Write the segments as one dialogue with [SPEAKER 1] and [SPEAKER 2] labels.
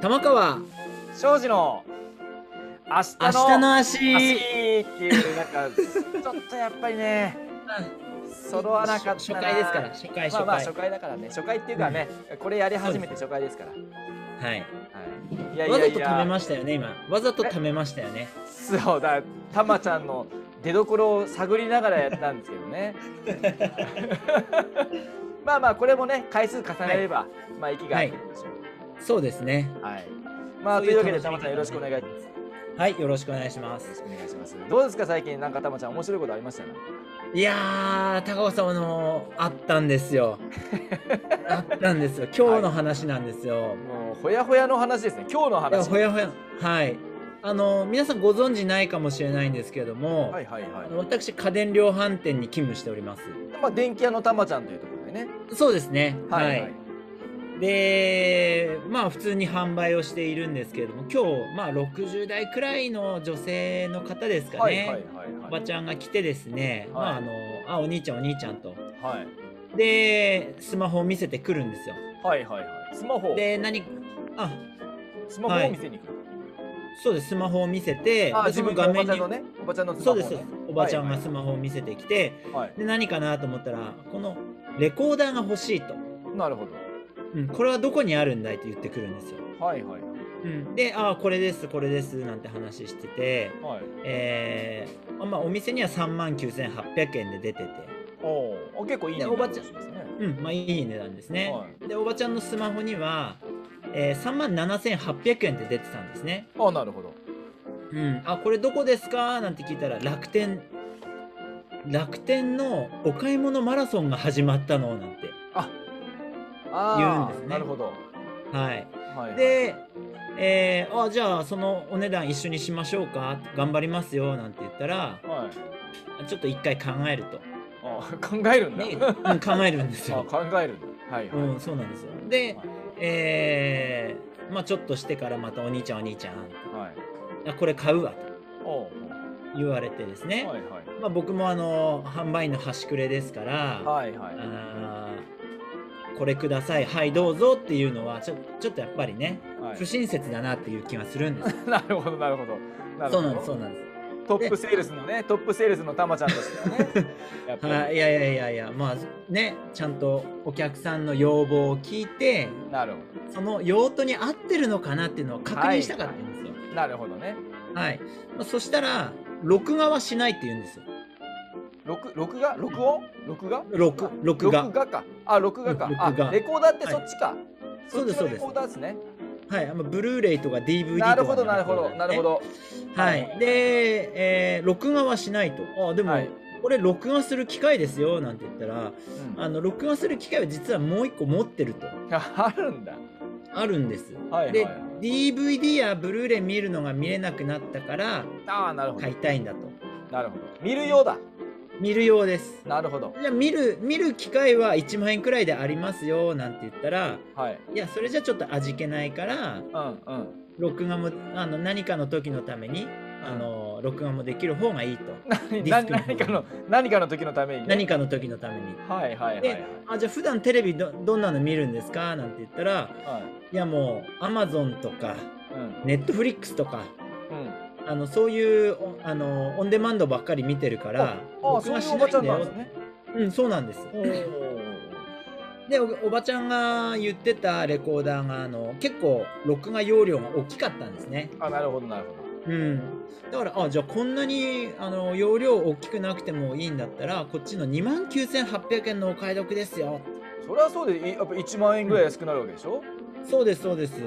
[SPEAKER 1] 玉川
[SPEAKER 2] 庄司の明日
[SPEAKER 1] 明
[SPEAKER 2] の
[SPEAKER 1] 日の足
[SPEAKER 2] 明日っていうなんかちょっとやっぱ りね揃わなかった
[SPEAKER 1] 初
[SPEAKER 2] な
[SPEAKER 1] 回ですから初回初
[SPEAKER 2] まあ
[SPEAKER 1] 回、
[SPEAKER 2] まあ初回だからね初回っていうかねこれやり始めて初回ですから
[SPEAKER 1] はい
[SPEAKER 2] はいいやい
[SPEAKER 1] わ
[SPEAKER 2] や
[SPEAKER 1] ざ
[SPEAKER 2] い
[SPEAKER 1] と貯め
[SPEAKER 2] や
[SPEAKER 1] ましたよね今わざと貯めましたよね
[SPEAKER 2] そうだたまちゃんの出所を探りながらやったんですけ どねまあまあこれもね回数重ねれば、まあ息が合ってくるでしょ
[SPEAKER 1] そうですね
[SPEAKER 2] うはい、まあ
[SPEAKER 1] そういう
[SPEAKER 2] というわけでたま
[SPEAKER 1] 楽しみ方
[SPEAKER 2] ちゃんよろしくお願いします
[SPEAKER 1] はいよろしくお願いしま
[SPEAKER 2] よ
[SPEAKER 1] す
[SPEAKER 2] ろしくお願いしますどうですか最近なんかたまちゃん面白いことありましたね
[SPEAKER 1] いやー高尾さんのあったんです よあったんですよ今日の話なんですよ、
[SPEAKER 2] もうほやほやの話ですね今日の
[SPEAKER 1] いや
[SPEAKER 2] 話
[SPEAKER 1] ほやほやはいあの皆さんご存知ないかもしれないんですけれども、
[SPEAKER 2] はいはいはい
[SPEAKER 1] 私家電量販店に勤務しております
[SPEAKER 2] まあ電気屋のたまちゃんというところでね
[SPEAKER 1] そうですね
[SPEAKER 2] はいはい、
[SPEAKER 1] でまあ普通に販売をしているんですけれども今日まあ60代くらいの女性の方ですかね、
[SPEAKER 2] はいはいはい
[SPEAKER 1] お
[SPEAKER 2] は
[SPEAKER 1] ば
[SPEAKER 2] い
[SPEAKER 1] ちゃんが来てですね、まああのあお兄ちゃんお兄ちゃんと
[SPEAKER 2] はい
[SPEAKER 1] でスマホを見せてくるんですよ
[SPEAKER 2] はいはいはいスマホ
[SPEAKER 1] で何あ
[SPEAKER 2] スマホを見せに来る、
[SPEAKER 1] そうですスマホを見せて
[SPEAKER 2] あ
[SPEAKER 1] で
[SPEAKER 2] 自
[SPEAKER 1] その
[SPEAKER 2] 分の
[SPEAKER 1] 画
[SPEAKER 2] おば
[SPEAKER 1] 面
[SPEAKER 2] ちゃん
[SPEAKER 1] に
[SPEAKER 2] のねおばちゃんのスマ
[SPEAKER 1] そ
[SPEAKER 2] ホ、
[SPEAKER 1] う
[SPEAKER 2] ね、
[SPEAKER 1] ですそうですおばちゃんがスマホを見せてきて、
[SPEAKER 2] はい
[SPEAKER 1] で何かなと思ったらこのレコーダーが欲しいと、
[SPEAKER 2] なるほ
[SPEAKER 1] うん、これはどこにあるんだいって言ってくるんですよ、
[SPEAKER 2] どはいはい
[SPEAKER 1] うん、でああこれですこれですなんて話してて
[SPEAKER 2] はい
[SPEAKER 1] えーあまあお店には3万9800円で出てて
[SPEAKER 2] おお結構いい
[SPEAKER 1] で
[SPEAKER 2] ね
[SPEAKER 1] おばちゃん
[SPEAKER 2] ですね
[SPEAKER 1] うんまあいい値段ですね、
[SPEAKER 2] は
[SPEAKER 1] でおばちゃんのスマホには、えー、3万7800円で出てたんですね
[SPEAKER 2] いあなるほど
[SPEAKER 1] うんあこれどこですかなんて聞いたら楽天楽天のお買い物マラソンが始まったのなんて
[SPEAKER 2] ああ
[SPEAKER 1] 言うんですね
[SPEAKER 2] なるほど
[SPEAKER 1] はい
[SPEAKER 2] はいはい
[SPEAKER 1] で、えーあじゃあそのお値段一緒にしましょうか頑張りますよなんて言ったら
[SPEAKER 2] はい
[SPEAKER 1] ちょっと一回考えると、
[SPEAKER 2] あ考えるんだ、
[SPEAKER 1] ねうん考えるんです
[SPEAKER 2] あ
[SPEAKER 1] よ。
[SPEAKER 2] 考えるんだはいは
[SPEAKER 1] う
[SPEAKER 2] い、
[SPEAKER 1] ん、そうなんですよで
[SPEAKER 2] は、
[SPEAKER 1] えーまあ、ちょっとしてからまた「お兄ちゃんお兄ちゃん
[SPEAKER 2] はい
[SPEAKER 1] あこれ買うわ」と
[SPEAKER 2] おお
[SPEAKER 1] 言われてですね、
[SPEAKER 2] はいはい
[SPEAKER 1] まあ、僕もあの販売員の端くれですから、
[SPEAKER 2] はいはい
[SPEAKER 1] あーこれくださいはいどうぞっていうのはちょちょっとやっぱりね
[SPEAKER 2] は
[SPEAKER 1] 不親切だなっていう気がするんですよ、
[SPEAKER 2] い、 なるほどなるほどなる
[SPEAKER 1] そ
[SPEAKER 2] ほど
[SPEAKER 1] うなんですそうなんです
[SPEAKER 2] トップセールスのねトップセールスのたまちゃんとしては ねやっぱり、
[SPEAKER 1] はい、いやいやいやいやまあねちゃんとお客さんの要望を聞いて
[SPEAKER 2] なるほ
[SPEAKER 1] その用途に合ってるのかなっていうのを確認したかったんですよ
[SPEAKER 2] どなるほどね
[SPEAKER 1] はい、まあ、そしたら録画はしないって言うんですよ
[SPEAKER 2] 録録画録音録画
[SPEAKER 1] 録録画
[SPEAKER 2] 録画かあ録画か
[SPEAKER 1] うん録画
[SPEAKER 2] あレコーダーってそっちか、
[SPEAKER 1] そ
[SPEAKER 2] そうっ
[SPEAKER 1] です
[SPEAKER 2] ち
[SPEAKER 1] そうで
[SPEAKER 2] のレ
[SPEAKER 1] す
[SPEAKER 2] コーダーですね
[SPEAKER 1] はいあのブルーレイとか DVD とか
[SPEAKER 2] なるほどなるほ
[SPEAKER 1] の
[SPEAKER 2] どな
[SPEAKER 1] レ
[SPEAKER 2] る
[SPEAKER 1] コーダー
[SPEAKER 2] ほど
[SPEAKER 1] ですねはいで、えー録画はしないとあでも、
[SPEAKER 2] はい
[SPEAKER 1] これ録画する機械ですよなんて言ったらあの録画する機械は実はもう一個持ってると
[SPEAKER 2] うん、あるんだ
[SPEAKER 1] あるんです
[SPEAKER 2] はいはい
[SPEAKER 1] で
[SPEAKER 2] はい
[SPEAKER 1] DVD やブルーレイ見るのが見れなくなったから
[SPEAKER 2] ああなるほど、
[SPEAKER 1] 買いたいんだと
[SPEAKER 2] なるほど見るようだ
[SPEAKER 1] 見るようです
[SPEAKER 2] なるほど
[SPEAKER 1] じゃあ見る見る機会は1万円くらいでありますよなんて言ったら
[SPEAKER 2] はい
[SPEAKER 1] いやそれじゃちょっと味気ないから
[SPEAKER 2] うんうん
[SPEAKER 1] 録画もあの何かの時のためにあの録画もできる方が いいとデ
[SPEAKER 2] 何
[SPEAKER 1] ィスクの
[SPEAKER 2] 何かの何かの時のために、ね、
[SPEAKER 1] 何かの時のために
[SPEAKER 2] はいはいはいは
[SPEAKER 1] で
[SPEAKER 2] い
[SPEAKER 1] あじゃあ普段テレビどどんなの見るんですかなんて言ったら
[SPEAKER 2] はい
[SPEAKER 1] いやもう Amazon とか
[SPEAKER 2] うん、
[SPEAKER 1] Netflix とか
[SPEAKER 2] うん
[SPEAKER 1] あのそういうおあのオンデマンドばっかり見てるから
[SPEAKER 2] ああ
[SPEAKER 1] 録
[SPEAKER 2] そう
[SPEAKER 1] 画
[SPEAKER 2] い
[SPEAKER 1] し
[SPEAKER 2] うお
[SPEAKER 1] な
[SPEAKER 2] ば
[SPEAKER 1] い
[SPEAKER 2] ちゃ
[SPEAKER 1] ん
[SPEAKER 2] ん
[SPEAKER 1] だ
[SPEAKER 2] なんで
[SPEAKER 1] よ
[SPEAKER 2] すね。
[SPEAKER 1] うんそうなんですでおおばちゃんが言ってたレコーダーがあの結構録画容量が大きかったんですね
[SPEAKER 2] あなるほどなるほ
[SPEAKER 1] うんだからあじゃあこんなにあの容量大きくなくてもいいんだったらこっちの2万9800円のお買い得ですよ
[SPEAKER 2] ど。それはそうでいやっぱ1万円ぐらい安くなるわけでしょ。
[SPEAKER 1] そうですそうです、
[SPEAKER 2] う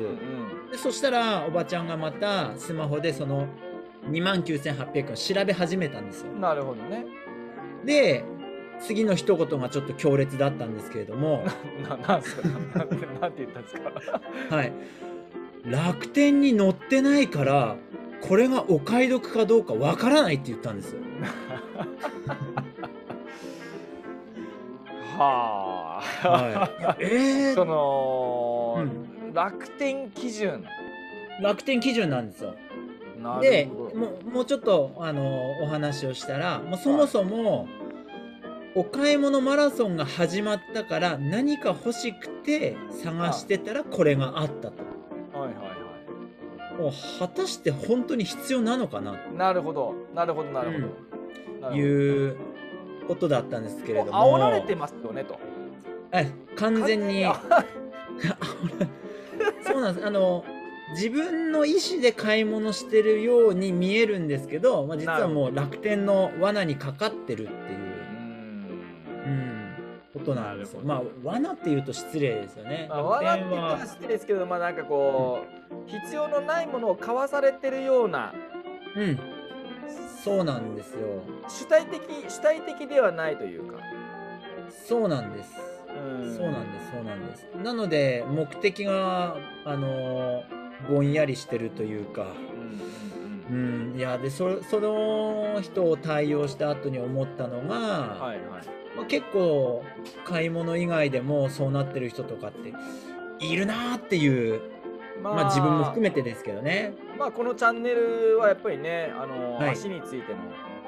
[SPEAKER 2] ん
[SPEAKER 1] でそしたらおばちゃんがまたスマホでその2万9800円を調べ始めたんですよ
[SPEAKER 2] うん。なるほどね。
[SPEAKER 1] で次の一言がちょっと強烈だったんですけれど も、
[SPEAKER 2] ななんすか。なんてなんて言ったんですか。
[SPEAKER 1] はい、楽天に載ってないからこれがお買い得かどうかわからないって言ったんですよ。
[SPEAKER 2] は
[SPEAKER 1] はい、え
[SPEAKER 2] あ。
[SPEAKER 1] ー
[SPEAKER 2] その、
[SPEAKER 1] う
[SPEAKER 2] 楽天基準。
[SPEAKER 1] 楽天基準なんですよ。
[SPEAKER 2] な
[SPEAKER 1] で
[SPEAKER 2] るほど。
[SPEAKER 1] もうもうちょっとあのお話をしたらもうそもそもお買い物マラソンが始まったから何か欲しくて探してたらこれがあったと。
[SPEAKER 2] はいはいはい。
[SPEAKER 1] もう果たして本当に必要なのかなっ
[SPEAKER 2] なるほどなるほどなるほど。
[SPEAKER 1] て
[SPEAKER 2] う
[SPEAKER 1] いうことだったんですけれども
[SPEAKER 2] 煽られてますよねと。
[SPEAKER 1] え完全に
[SPEAKER 2] あ
[SPEAKER 1] そうなんですあの自分の意思で買い物してるように見えるんですけど、まあ、実はもう楽天の罠にかかってるっていう
[SPEAKER 2] う。ん
[SPEAKER 1] うんことなんですよ。
[SPEAKER 2] な
[SPEAKER 1] ま
[SPEAKER 2] る
[SPEAKER 1] あ
[SPEAKER 2] ほど
[SPEAKER 1] 罠っていうと失礼ですよね。
[SPEAKER 2] まあ、
[SPEAKER 1] 楽
[SPEAKER 2] 罠っ
[SPEAKER 1] 天
[SPEAKER 2] て言ったら
[SPEAKER 1] は
[SPEAKER 2] 失礼ですけど、まあなんかこう、必要のないものを買わされてるような、
[SPEAKER 1] うんそうなんですよ。
[SPEAKER 2] 主体的、主体的ではないというか。
[SPEAKER 1] そうなんです。
[SPEAKER 2] うん
[SPEAKER 1] そうなんです。そうなんです。なので目的があのーぼんやりしてるというか。
[SPEAKER 2] うんうん
[SPEAKER 1] う
[SPEAKER 2] うん
[SPEAKER 1] ん、いやでそその人を対応した後に思ったのが、
[SPEAKER 2] はいはい。
[SPEAKER 1] まあ、結構買い物以外でもそうなってる人とかっているなーっていう、
[SPEAKER 2] ま
[SPEAKER 1] まあ、自分も含
[SPEAKER 2] め
[SPEAKER 1] めてですけどね。
[SPEAKER 2] まあこのチャンネルはやっぱりね、あの
[SPEAKER 1] はい
[SPEAKER 2] 足についての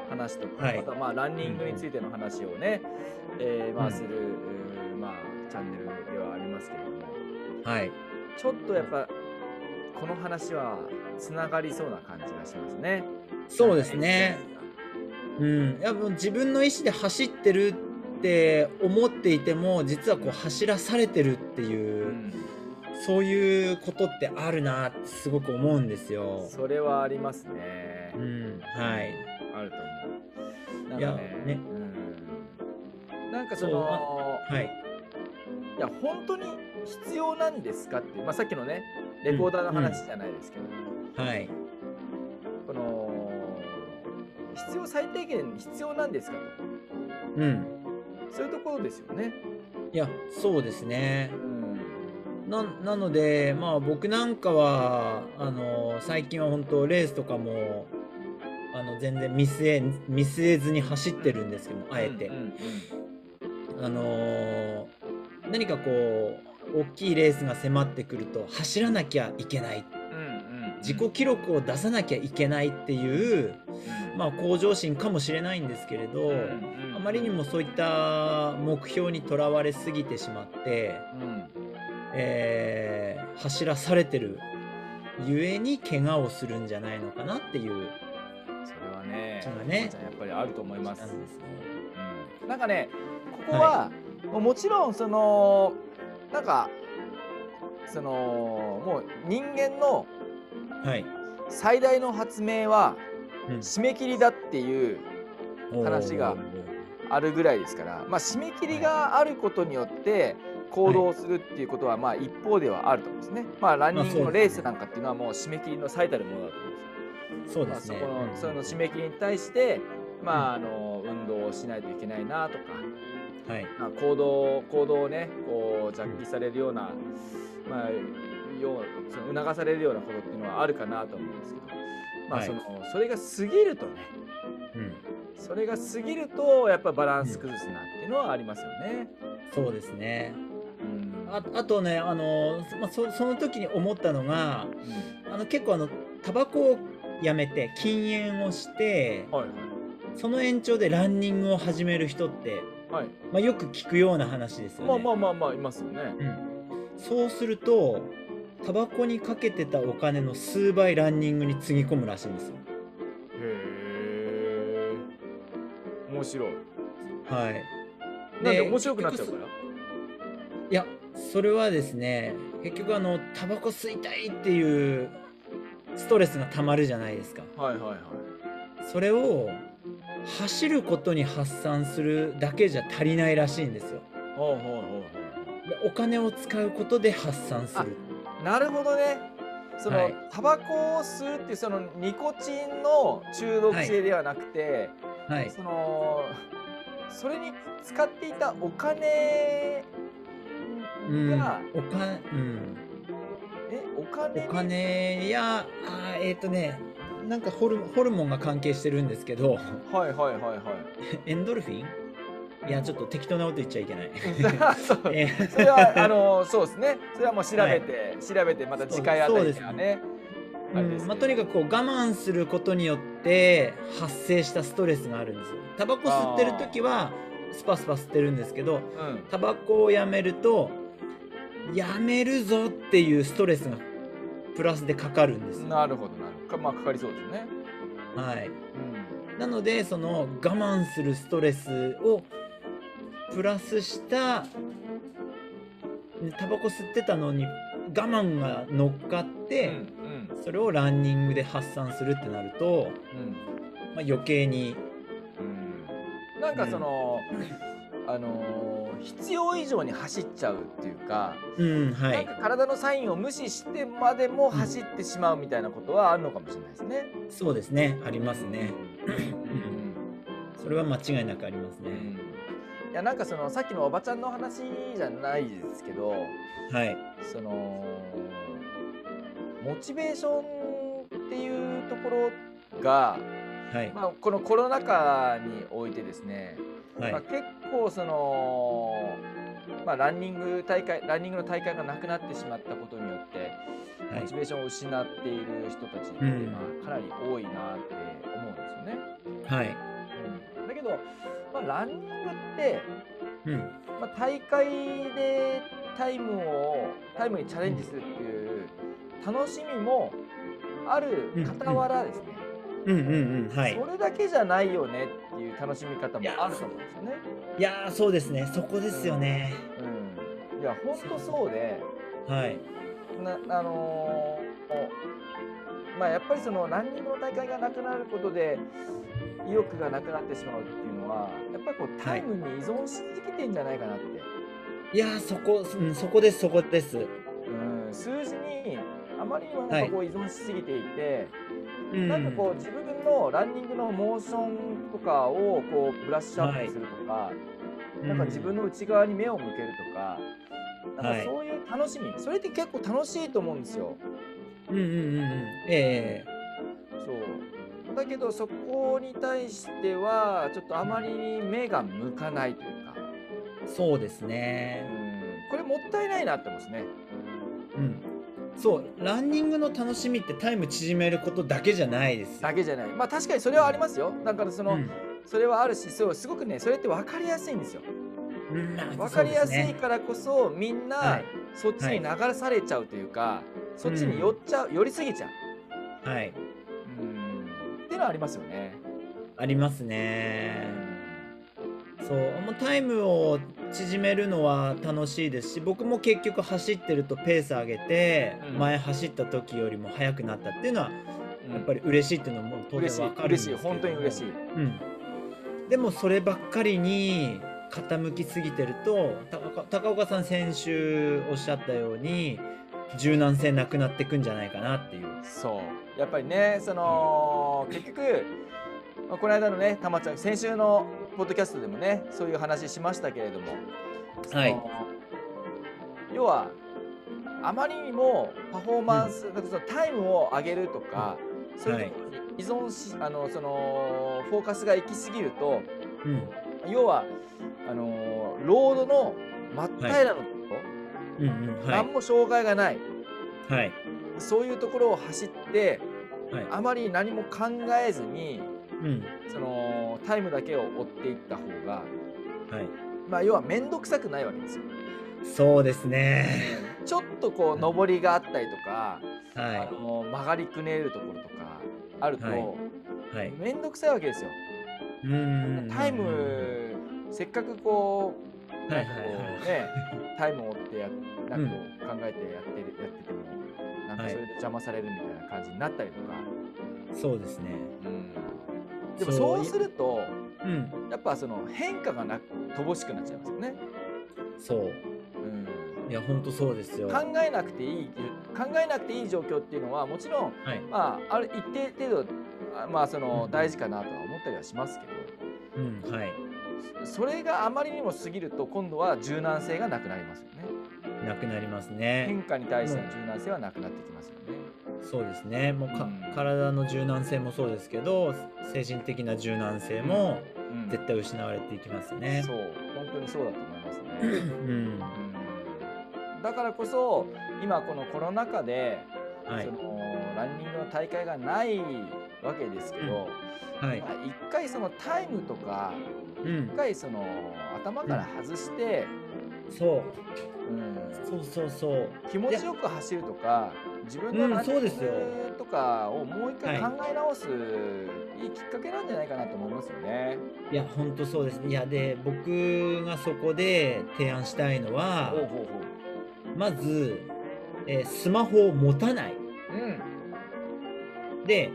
[SPEAKER 2] 話とか、
[SPEAKER 1] はい
[SPEAKER 2] あとはまあランニングについての話をね、えーま
[SPEAKER 1] う
[SPEAKER 2] あ
[SPEAKER 1] ん
[SPEAKER 2] する、うんまあチャンネルではありますけれども、
[SPEAKER 1] はい
[SPEAKER 2] ちょっとやっぱこの話はつながりそうな感じがしますね。
[SPEAKER 1] そうですね。うん、いやもう自分の意思で走ってるって思っていても実はこう走らされてるって
[SPEAKER 2] う
[SPEAKER 1] いう、
[SPEAKER 2] ん。
[SPEAKER 1] そういうことってあるなってすごく思うんですよ。
[SPEAKER 2] それはありますね
[SPEAKER 1] う。ん、はい。
[SPEAKER 2] あると思う。なん
[SPEAKER 1] いや
[SPEAKER 2] かね。
[SPEAKER 1] ね
[SPEAKER 2] うん、なんかその
[SPEAKER 1] はい。
[SPEAKER 2] いや本当に必要なんですかっていう、まあ、さっきのねレコーダーの話じゃないですけど、
[SPEAKER 1] はい。
[SPEAKER 2] この必要最低限必要なんですか
[SPEAKER 1] うん。
[SPEAKER 2] とそういうところですよね。
[SPEAKER 1] いや、そうですね
[SPEAKER 2] う。ん
[SPEAKER 1] ななので、まあ僕なんかは、あの、最近は本当レースとかも、あの、全然見据え、見据えずに走ってるんですけど、あえて。
[SPEAKER 2] うんうん
[SPEAKER 1] あのー何かこう大きいレースが迫ってくると走らなきゃいけない
[SPEAKER 2] うんうん
[SPEAKER 1] 自己記録を出さなきゃいけないっていう、まあ、向上心かもしれないんですけれど、
[SPEAKER 2] うんうんうん
[SPEAKER 1] あまりにもそういった目標にとらわれすぎてしまって、
[SPEAKER 2] うん
[SPEAKER 1] えー走らされてるゆえに怪我をするんじゃないのかなっていう
[SPEAKER 2] それはね
[SPEAKER 1] それはね
[SPEAKER 2] ちゃんやっぱりあると思います
[SPEAKER 1] な。んですね。
[SPEAKER 2] うんなんかねここは、もうもちろんそのなんかそのもう人間の
[SPEAKER 1] はい、
[SPEAKER 2] 最大の発明は
[SPEAKER 1] うん
[SPEAKER 2] 締め切りだっていう話があるぐらいですから、まあ、締め切りがあることによって行動するっていうことはまあ一方ではあると思うんですね。まあ、ランニング
[SPEAKER 1] ま
[SPEAKER 2] の
[SPEAKER 1] あそう
[SPEAKER 2] レ
[SPEAKER 1] で
[SPEAKER 2] ー
[SPEAKER 1] すね
[SPEAKER 2] スなんかっていうのはもう締め切りの最たるものだと思うんです
[SPEAKER 1] そ
[SPEAKER 2] よ。
[SPEAKER 1] う
[SPEAKER 2] ま
[SPEAKER 1] で
[SPEAKER 2] あ、
[SPEAKER 1] す
[SPEAKER 2] そ
[SPEAKER 1] ね
[SPEAKER 2] こ。のその締め切りに対して、まあ、あの運動をしないといけないなとか、
[SPEAKER 1] うんはい
[SPEAKER 2] まあ、行動行動をねこうジャッキされるような、まあ、ようその促されるようなことっていうのはあるかなと思うんですけど、まあ
[SPEAKER 1] はい
[SPEAKER 2] そのそれが過ぎるとね
[SPEAKER 1] うん
[SPEAKER 2] それが過ぎるとやっぱバランス崩すなっていうのはありますよね。
[SPEAKER 1] そうですね。
[SPEAKER 2] うん
[SPEAKER 1] ああとね、あのまあ、そその時に思ったのが
[SPEAKER 2] うん
[SPEAKER 1] あの結構あのタバコをやめて禁煙をして
[SPEAKER 2] はい
[SPEAKER 1] その延長でランニングを始める人って、
[SPEAKER 2] はい、はい
[SPEAKER 1] まあ、よく聞くような話ですよね。
[SPEAKER 2] まあまあまあまあいますよね。
[SPEAKER 1] うん、そうするとタバコにかけてたお金の数倍ランニングにつぎ込むらしいんですよ。
[SPEAKER 2] へえ面白い。
[SPEAKER 1] はい、
[SPEAKER 2] なんで
[SPEAKER 1] で
[SPEAKER 2] 面白くなっちゃうから。
[SPEAKER 1] いやそれはですね結局あのタバコ吸いたいっていうストレスがたまるじゃないですか。
[SPEAKER 2] はいはいはい。
[SPEAKER 1] それを走ることに発散するだけじゃ足りないらしいんですよ
[SPEAKER 2] ほうほうほう
[SPEAKER 1] でお金を使うことで発散する
[SPEAKER 2] ほうなるほどね。その、
[SPEAKER 1] はい
[SPEAKER 2] タバコを吸うっていうそのニコチンの中毒性ではなくて、
[SPEAKER 1] はい
[SPEAKER 2] そのそれに使っていたお金
[SPEAKER 1] うん
[SPEAKER 2] が、
[SPEAKER 1] おかうん
[SPEAKER 2] えお金に
[SPEAKER 1] お金やあーえっ、とねなんかホルホルモンが関係してるんですけど
[SPEAKER 2] はいはいはい
[SPEAKER 1] エンドルフィンいやちょっと適当なこと言っちゃいけ ない
[SPEAKER 2] はい。そう
[SPEAKER 1] え
[SPEAKER 2] それはあのそうですね。それはもう調べて、調べてまた次回あたりにはね。
[SPEAKER 1] ー
[SPEAKER 2] あれで
[SPEAKER 1] うん
[SPEAKER 2] すけど
[SPEAKER 1] まあ、とにかくこう我慢することによって発生したストレスがあるんですよタバコ吸ってる時はスパスパ吸ってるんですけど
[SPEAKER 2] うん。
[SPEAKER 1] タバコをやめるとやめるぞっていうストレスがプラスでかかるんですよ。
[SPEAKER 2] なるほどなるほどかまあかかりそうですね。
[SPEAKER 1] はい、
[SPEAKER 2] うん
[SPEAKER 1] なのでその我慢するストレスをプラスしたねタバコ吸ってたのに我慢が乗っかって、
[SPEAKER 2] うん
[SPEAKER 1] それをランニングで発散するってなると、
[SPEAKER 2] うん
[SPEAKER 1] まあ、余計に
[SPEAKER 2] うんなんかその、 あのー必要以上に走っちゃうっていうか、
[SPEAKER 1] うんは
[SPEAKER 2] なん
[SPEAKER 1] い
[SPEAKER 2] か体のサインを無視してまでも走ってしまうみたいなことはあるのかもしれないですね。
[SPEAKER 1] そうですねありますね
[SPEAKER 2] うん
[SPEAKER 1] それは間違いなくありますね、
[SPEAKER 2] いやなんかそのさっきのおばちゃんの話じゃないですけど
[SPEAKER 1] はい
[SPEAKER 2] そのモチベーションっていうところが、
[SPEAKER 1] はい
[SPEAKER 2] まあ、このコロナ禍においてですね、
[SPEAKER 1] はい
[SPEAKER 2] まあ、結構その、まあ、ランニング大会ランニングの大会がなくなってしまったことによって
[SPEAKER 1] は
[SPEAKER 2] モ
[SPEAKER 1] い
[SPEAKER 2] チベーションを失っている人たちって、
[SPEAKER 1] うん
[SPEAKER 2] まあ、かなり多いなって思うんですよね。
[SPEAKER 1] はい
[SPEAKER 2] うんだけど、まあ、ランニングって
[SPEAKER 1] うん
[SPEAKER 2] まあ、大会でタイムをタイムにチャレンジするっていう楽しみもある傍らですね、
[SPEAKER 1] うんうんうんはい
[SPEAKER 2] それだけじゃないよねっていう楽しみ方も
[SPEAKER 1] いや
[SPEAKER 2] あると思うんですよね。
[SPEAKER 1] いやーそうですねそこですよね、
[SPEAKER 2] うん、いや本当そうで
[SPEAKER 1] はい
[SPEAKER 2] なあのーまあやっぱりそのランニングの大会がなくなることで意欲がなくなってしまうっていうのはやっぱりこうタイムに依存し続けてんじゃないかなって。
[SPEAKER 1] いやーそこ、うん、そこですそこです
[SPEAKER 2] うん数字にあまりにもなんかこう依存しすぎていて、
[SPEAKER 1] うん
[SPEAKER 2] なんかこう自分のランニングのモーションとかをこうブラッシュアップするとか、なんか自分の内側に目を向けるとか、なん
[SPEAKER 1] は
[SPEAKER 2] か
[SPEAKER 1] い
[SPEAKER 2] そういう楽しみ、それって結構楽しいと思うんですよ。
[SPEAKER 1] うんうんうんうんえ
[SPEAKER 2] そうだけどそこに対してはちょっとあまりに目が向かないというか、
[SPEAKER 1] えそうです
[SPEAKER 2] うん
[SPEAKER 1] ね、
[SPEAKER 2] これもったいないなって思うんですね。
[SPEAKER 1] うん、そうランニングの楽しみってタイム縮めることだけじゃないです
[SPEAKER 2] だけじゃない、まあ確かにそれはありますよ。だからその、
[SPEAKER 1] うん
[SPEAKER 2] それはあるしそうすごくねそれって分かりやすいんですよ
[SPEAKER 1] うんまあ
[SPEAKER 2] 分かりや
[SPEAKER 1] そ
[SPEAKER 2] す
[SPEAKER 1] うで
[SPEAKER 2] い
[SPEAKER 1] ね
[SPEAKER 2] からこそみん
[SPEAKER 1] は
[SPEAKER 2] ないそっちに流されちゃうというか、そっちに寄っちゃう、寄りすぎちゃう
[SPEAKER 1] はい
[SPEAKER 2] うんってのはありますよね、
[SPEAKER 1] ありますねそうもうタイムを縮めるのは楽しいですし僕も結局走ってるとペース上げて、
[SPEAKER 2] うん
[SPEAKER 1] 前走った時よりも速くなったっていうのは
[SPEAKER 2] うん
[SPEAKER 1] やっぱり嬉しいっていうのも当
[SPEAKER 2] 嬉
[SPEAKER 1] 然
[SPEAKER 2] しい
[SPEAKER 1] わかるんで
[SPEAKER 2] 嬉
[SPEAKER 1] す
[SPEAKER 2] し
[SPEAKER 1] け
[SPEAKER 2] い
[SPEAKER 1] ども
[SPEAKER 2] 本当に嬉しい、
[SPEAKER 1] うん、でもそればっかりに傾きすぎてると高岡高岡さん先週おっしゃったように柔軟性なくなってくんじゃないかなっていう。
[SPEAKER 2] そうやっぱりねその、結局まあこの間のねたまちゃん先週のポッドキャストでもねそういう話しましたけれども
[SPEAKER 1] はい
[SPEAKER 2] その要はあまりにもパフォーマンス、なんかそのタイムを上げるとか、そういうところに依存しあのそのフォーカスが行き過ぎると
[SPEAKER 1] うん
[SPEAKER 2] 要はあのロードの真っ平らのところ、
[SPEAKER 1] うんうんは
[SPEAKER 2] 何も障害がない
[SPEAKER 1] いはい
[SPEAKER 2] そういうところを走って
[SPEAKER 1] はい
[SPEAKER 2] あまり何も考えずに
[SPEAKER 1] うん
[SPEAKER 2] そのタイムだけを追っていった方が、
[SPEAKER 1] はい
[SPEAKER 2] まあ、要は面倒くさくないわけですよ。
[SPEAKER 1] そうですね
[SPEAKER 2] ちょっとこう上りがあったりとか、あ
[SPEAKER 1] は
[SPEAKER 2] の曲がりくねるところとかあると、
[SPEAKER 1] はいいはい
[SPEAKER 2] めんどくさいわけですよ。
[SPEAKER 1] うんうんうん
[SPEAKER 2] タイムせっかくこう
[SPEAKER 1] は
[SPEAKER 2] ないんか
[SPEAKER 1] はい
[SPEAKER 2] こう
[SPEAKER 1] はい
[SPEAKER 2] ねタイムを追ってやなんかこう考えてやってるやっててもなんか
[SPEAKER 1] はい
[SPEAKER 2] それで邪魔されるみたいな感じになったりとか、
[SPEAKER 1] そうですね
[SPEAKER 2] うんでも
[SPEAKER 1] そ
[SPEAKER 2] そううすると
[SPEAKER 1] うん
[SPEAKER 2] やっぱその変化がなく乏しくなっちゃいますよね。
[SPEAKER 1] そう
[SPEAKER 2] うん
[SPEAKER 1] いやほんとそうですよ
[SPEAKER 2] 考
[SPEAKER 1] は
[SPEAKER 2] えなくていい考えなくていい状況っていうのはもちろん
[SPEAKER 1] い
[SPEAKER 2] まあ、ある一定程度あまあその
[SPEAKER 1] うん
[SPEAKER 2] 大事かなとは思ったりはしますけど
[SPEAKER 1] うんはい
[SPEAKER 2] そそれがあまりにも過ぎると今度は柔軟性がなくなりますよね
[SPEAKER 1] なくなりますね
[SPEAKER 2] 変化に対しての柔軟性はなくなってきますよね、
[SPEAKER 1] そうですねもうか、
[SPEAKER 2] うん
[SPEAKER 1] 体の柔軟性もそうですけど精神的な柔軟性も
[SPEAKER 2] うん
[SPEAKER 1] 絶対失われていきますね
[SPEAKER 2] そ。う本当にそうだと思いますね、
[SPEAKER 1] うん、は
[SPEAKER 2] うんだからこそ今このコロナ禍で、
[SPEAKER 1] い
[SPEAKER 2] そ、のランニングの大会がないわけですけど、
[SPEAKER 1] はい
[SPEAKER 2] ま、あ一回そのタイムとか
[SPEAKER 1] う
[SPEAKER 2] 一
[SPEAKER 1] ん、
[SPEAKER 2] 回その頭から外して、
[SPEAKER 1] そう
[SPEAKER 2] うん
[SPEAKER 1] そうそうそう
[SPEAKER 2] 気持ちよく走るとか自分の
[SPEAKER 1] うん
[SPEAKER 2] ランニン
[SPEAKER 1] そうですよ
[SPEAKER 2] グとかをもう一回
[SPEAKER 1] は
[SPEAKER 2] 考
[SPEAKER 1] い
[SPEAKER 2] え直す、い、いきっかけなんじゃないかなと思いますよね。
[SPEAKER 1] いや本当そうですねいやで僕がそこで提案したいのは
[SPEAKER 2] ほうほう
[SPEAKER 1] まず、えースマホを持たない
[SPEAKER 2] ほううんうんうん
[SPEAKER 1] で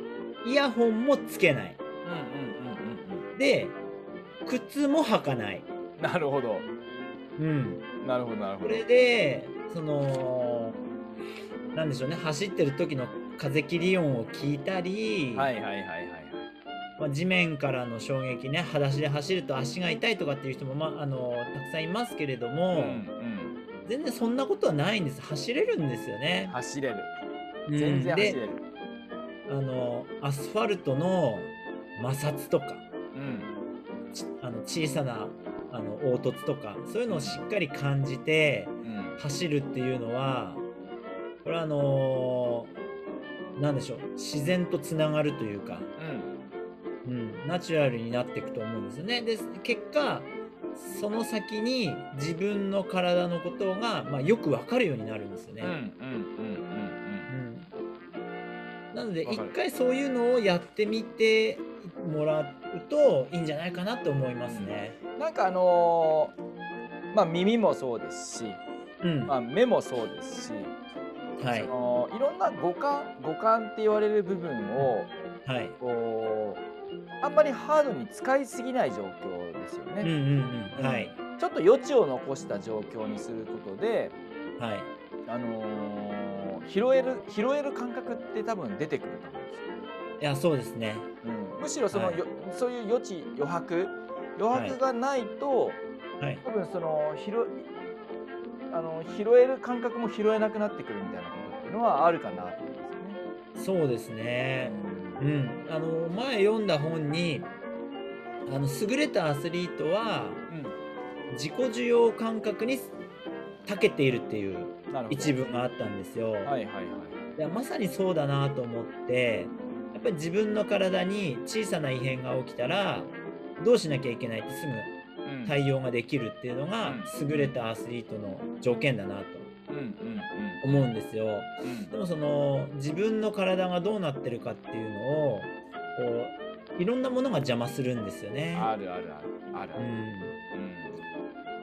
[SPEAKER 1] イヤホンもつけない
[SPEAKER 2] うん
[SPEAKER 1] で靴も履かない、
[SPEAKER 2] うんなるほど
[SPEAKER 1] うん、
[SPEAKER 2] なるほどなる
[SPEAKER 1] こ
[SPEAKER 2] ほど。
[SPEAKER 1] れでそのなんでしょうね走ってる時の風切り音を聞いたり、
[SPEAKER 2] はいはいはいはいはい。
[SPEAKER 1] まあ、地面からの衝撃ね裸足で走ると足が痛いとかっていう人も、まあ、あのたくさんいますけれど
[SPEAKER 2] う
[SPEAKER 1] も、
[SPEAKER 2] ん
[SPEAKER 1] 全然そんなことはないんです走れるんですよ
[SPEAKER 2] うん
[SPEAKER 1] ね。
[SPEAKER 2] 走れる全
[SPEAKER 1] うん
[SPEAKER 2] 然走
[SPEAKER 1] で
[SPEAKER 2] れる。
[SPEAKER 1] あのアスファルトの摩擦とか
[SPEAKER 2] うん
[SPEAKER 1] ちあの小さなあの凹凸とかそういうのをしっかり感じて
[SPEAKER 2] うん
[SPEAKER 1] 走るっていうのはこれはあの何でしょう自然とつながるというか、
[SPEAKER 2] うん
[SPEAKER 1] うん、ナチュラルになっていくと思うんですよね。で結果その先に自分の体のことが、まあ、よくわかるようになるんですよね。
[SPEAKER 2] うんうんうん
[SPEAKER 1] うんなので
[SPEAKER 2] わ
[SPEAKER 1] 一
[SPEAKER 2] かる
[SPEAKER 1] 回そういうのをやってみてもらうといいんじゃないかなと思いますね。
[SPEAKER 2] うん。なんかあのーまあ耳もそうですし、
[SPEAKER 1] うん、
[SPEAKER 2] ま
[SPEAKER 1] は
[SPEAKER 2] あ目もそうです
[SPEAKER 1] い
[SPEAKER 2] し。そのいろんな五感五感って言われる部分を
[SPEAKER 1] はい。
[SPEAKER 2] こうあんまりハードに使いすぎない状況ですよ
[SPEAKER 1] う
[SPEAKER 2] ね、
[SPEAKER 1] んうんうんはい
[SPEAKER 2] ちょっと余地を残した状況にすることで、
[SPEAKER 1] はい。
[SPEAKER 2] あのー拾える拾える感覚って多分出てくると思うんですよ、
[SPEAKER 1] いやそうですね。
[SPEAKER 2] うんむしろその、
[SPEAKER 1] はい
[SPEAKER 2] よそういう余地余白余白がないと、
[SPEAKER 1] はい。
[SPEAKER 2] 多分その拾いあの拾える感覚も拾えなくなってくるみたいなことっていうのはあるかなと思うんですよね。
[SPEAKER 1] そうですね。
[SPEAKER 2] うん
[SPEAKER 1] うん。あの前読んだ本にあの優れたアスリートは自己需要感覚に長けているっていう
[SPEAKER 2] うんなるほど
[SPEAKER 1] 一文があったんですよ。
[SPEAKER 2] はいはいはい。
[SPEAKER 1] いやまさにそうだなと思ってやっぱり自分の体に小さな異変が起きたらどうしなきゃいけないってすぐ
[SPEAKER 2] うん
[SPEAKER 1] 対応ができるっていうのが
[SPEAKER 2] うん
[SPEAKER 1] 優れたアスリートの条件だなと
[SPEAKER 2] うんうん
[SPEAKER 1] 思うんですよ。
[SPEAKER 2] うん
[SPEAKER 1] でもその自分の体がどうなってるかっていうのをこういろんなものが邪魔するんですよ
[SPEAKER 2] う
[SPEAKER 1] ね
[SPEAKER 2] ん。。あるあるあるあるあ
[SPEAKER 1] う
[SPEAKER 2] る。
[SPEAKER 1] ん、
[SPEAKER 2] うん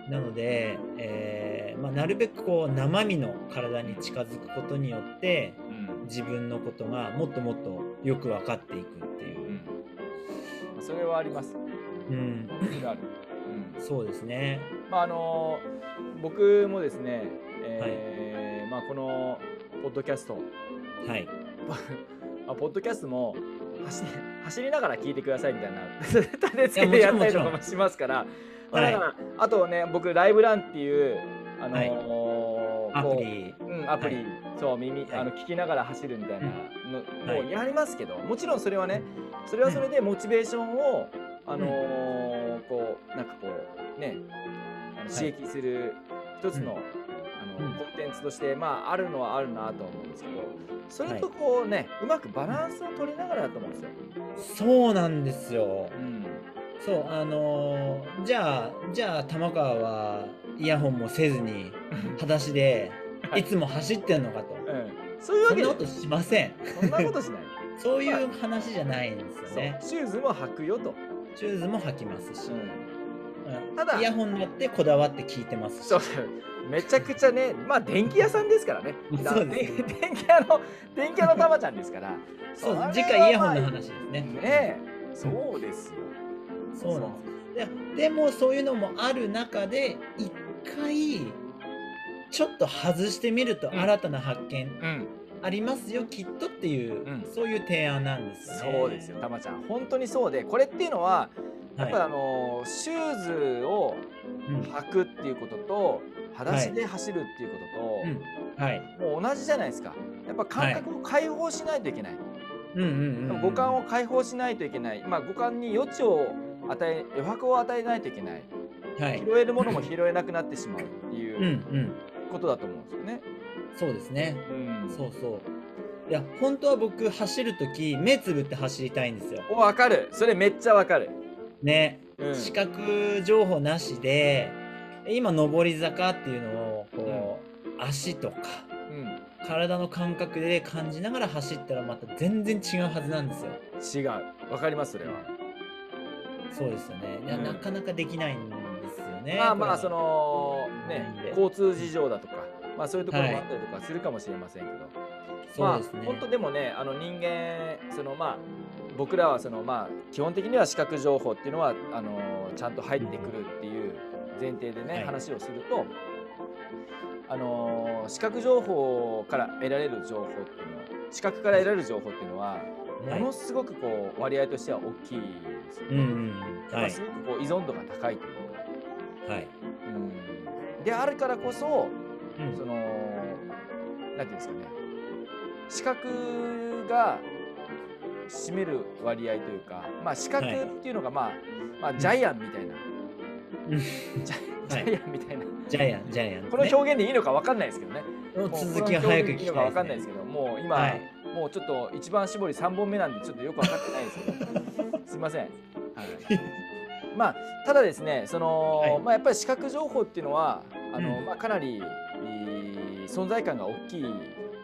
[SPEAKER 1] なので、えーまあ、なるべくこう生身の体に近づくことによって
[SPEAKER 2] うん
[SPEAKER 1] 自分のことがもっともっとよく分かっていくっていうう、
[SPEAKER 2] ん。それはあります。
[SPEAKER 1] うん、
[SPEAKER 2] それはある。うん。
[SPEAKER 1] そうですね。
[SPEAKER 2] まああの僕もですね、えーまあこのポッドキャスト、
[SPEAKER 1] はい。
[SPEAKER 2] まあポッドキャストも走り走りながら聞いてくださいみたいな 立てつけ
[SPEAKER 1] い
[SPEAKER 2] でや
[SPEAKER 1] や
[SPEAKER 2] っ
[SPEAKER 1] もちろんもち
[SPEAKER 2] たりとか
[SPEAKER 1] ろ
[SPEAKER 2] も
[SPEAKER 1] ん
[SPEAKER 2] しますから。まあ
[SPEAKER 1] は
[SPEAKER 2] だ
[SPEAKER 1] い
[SPEAKER 2] からあとね僕ライブランっていうあの
[SPEAKER 1] はい
[SPEAKER 2] こう
[SPEAKER 1] アプリ。
[SPEAKER 2] うん、アプリ、
[SPEAKER 1] はい
[SPEAKER 2] そう耳、
[SPEAKER 1] はい
[SPEAKER 2] あの聞きながら走るみたいな
[SPEAKER 1] ん
[SPEAKER 2] の、
[SPEAKER 1] は
[SPEAKER 2] もう
[SPEAKER 1] い
[SPEAKER 2] やりますけど、もちろんそれはねそれはそれでモチベーションを、あのーこうなんかこうねあの刺激する一つの、あの
[SPEAKER 1] うん
[SPEAKER 2] コンテンツとしてまああるのはあるなとは思うんですけどそれとこうね、うまくバランスを取りながらだと思うんですよ。
[SPEAKER 1] そうなんですよ
[SPEAKER 2] う。 ん
[SPEAKER 1] そう、あのーじゃあ、じゃあ、玉川はイヤホンもせずに、裸足で、
[SPEAKER 2] はい
[SPEAKER 1] いつも走ってんのかと。
[SPEAKER 2] うん、そういうわ
[SPEAKER 1] そん
[SPEAKER 2] け
[SPEAKER 1] な
[SPEAKER 2] で
[SPEAKER 1] ことしません。
[SPEAKER 2] そんなことしない。
[SPEAKER 1] そういう話じゃないんですよね。
[SPEAKER 2] そうシューズも履くよと。
[SPEAKER 1] シューズも履きますし、うん
[SPEAKER 2] ただ
[SPEAKER 1] イヤホンだってこだわって聞いてますし。
[SPEAKER 2] そうだよめちゃくちゃね、まあ電気屋さんですから ね。
[SPEAKER 1] そうですね
[SPEAKER 2] で電気屋の電気屋のたまちゃんですから。
[SPEAKER 1] そう
[SPEAKER 2] あれは
[SPEAKER 1] 次回イヤホンの話ですね。
[SPEAKER 2] まあねえ、そうですよ。
[SPEAKER 1] そうなんです。いやでもそういうのもある中で一回ちょっと外してみると
[SPEAKER 2] うん
[SPEAKER 1] 新たな発見
[SPEAKER 2] うん、
[SPEAKER 1] ありますよきっとっていう、
[SPEAKER 2] うん
[SPEAKER 1] そういう提案なんですよね。
[SPEAKER 2] そうですよ、たまちゃん、本当にそうで、これっていうのは、や
[SPEAKER 1] は
[SPEAKER 2] っ
[SPEAKER 1] い。
[SPEAKER 2] ぱあのーシューズを
[SPEAKER 1] うん
[SPEAKER 2] 履くっていうことと、裸足で走るっていう
[SPEAKER 1] うんはい。
[SPEAKER 2] ことと、もう同じじゃないですか。やっぱ感覚を解放しないといけない。
[SPEAKER 1] うんうんうんうん。
[SPEAKER 2] 五感を解放しないといけない。まあ五感に余地を与え、余白を与えないといけない。
[SPEAKER 1] はい。
[SPEAKER 2] 拾えるものも拾えなくなってしまうっていう。
[SPEAKER 1] うんうん。
[SPEAKER 2] ことだと思うんですよね。
[SPEAKER 1] そうですね。
[SPEAKER 2] うん
[SPEAKER 1] そうそう。いや本当は僕走るとき目つぶって走りたいんですよ。
[SPEAKER 2] おわかる。それめっちゃわかる。
[SPEAKER 1] ね。
[SPEAKER 2] うん
[SPEAKER 1] 視覚情報なしで今上り坂っていうのをこう、足とか体の感覚で感じながら走ったらまた全然違うはずなんですよ
[SPEAKER 2] 違うわかりますそれは、
[SPEAKER 1] そうですよね、いや
[SPEAKER 2] うん
[SPEAKER 1] なかなかできないんですよね
[SPEAKER 2] まあまあ
[SPEAKER 1] こ
[SPEAKER 2] そ
[SPEAKER 1] れは
[SPEAKER 2] の
[SPEAKER 1] うん
[SPEAKER 2] ね交通事情だとかまあそういうところもあったりとかするかもしれませんけど、
[SPEAKER 1] そう
[SPEAKER 2] ま
[SPEAKER 1] ですね、
[SPEAKER 2] あ本当でもねあの人間そのまあ僕らはそのまあ基本的には視覚情報っていうのはあのちゃんと入ってくるっていう前提でね、
[SPEAKER 1] はい
[SPEAKER 2] 話をするとあの視覚情報から得られる情報っていうのは視覚から得られる情報っていうのはものすごくこう割合としては大きいですよ
[SPEAKER 1] うん
[SPEAKER 2] ね。
[SPEAKER 1] うんうん
[SPEAKER 2] やっ
[SPEAKER 1] は
[SPEAKER 2] ぱ
[SPEAKER 1] い
[SPEAKER 2] すごくこう依存度が高いというか。
[SPEAKER 1] はい、
[SPEAKER 2] うんであるからこそ
[SPEAKER 1] うん
[SPEAKER 2] そのなんていうんですかね視覚が占める割合というか、まあ、視覚
[SPEAKER 1] はい
[SPEAKER 2] っていうのが、まあまあ、ジャイアンみたいな、
[SPEAKER 1] うん
[SPEAKER 2] ジャ
[SPEAKER 1] はい
[SPEAKER 2] ジャイアンみたいな、
[SPEAKER 1] ジャイアンジャイアン、ね、
[SPEAKER 2] この表現でいいのか分かんないですけどね
[SPEAKER 1] の
[SPEAKER 2] もう
[SPEAKER 1] 続きは
[SPEAKER 2] この表
[SPEAKER 1] 早く聞
[SPEAKER 2] 現でい
[SPEAKER 1] き
[SPEAKER 2] い
[SPEAKER 1] た
[SPEAKER 2] のか
[SPEAKER 1] いで
[SPEAKER 2] 分
[SPEAKER 1] す、
[SPEAKER 2] かんない
[SPEAKER 1] ね
[SPEAKER 2] ですけどもう今、
[SPEAKER 1] はい、
[SPEAKER 2] もうちょっと一番絞り3本目なんでちょっとよく分かってないですけどすい ません。はい、まあただですねその、
[SPEAKER 1] はい
[SPEAKER 2] まあ、やっぱり視覚情報っていうのはあの、
[SPEAKER 1] うん
[SPEAKER 2] まあ、かなり、えー存在感が大きい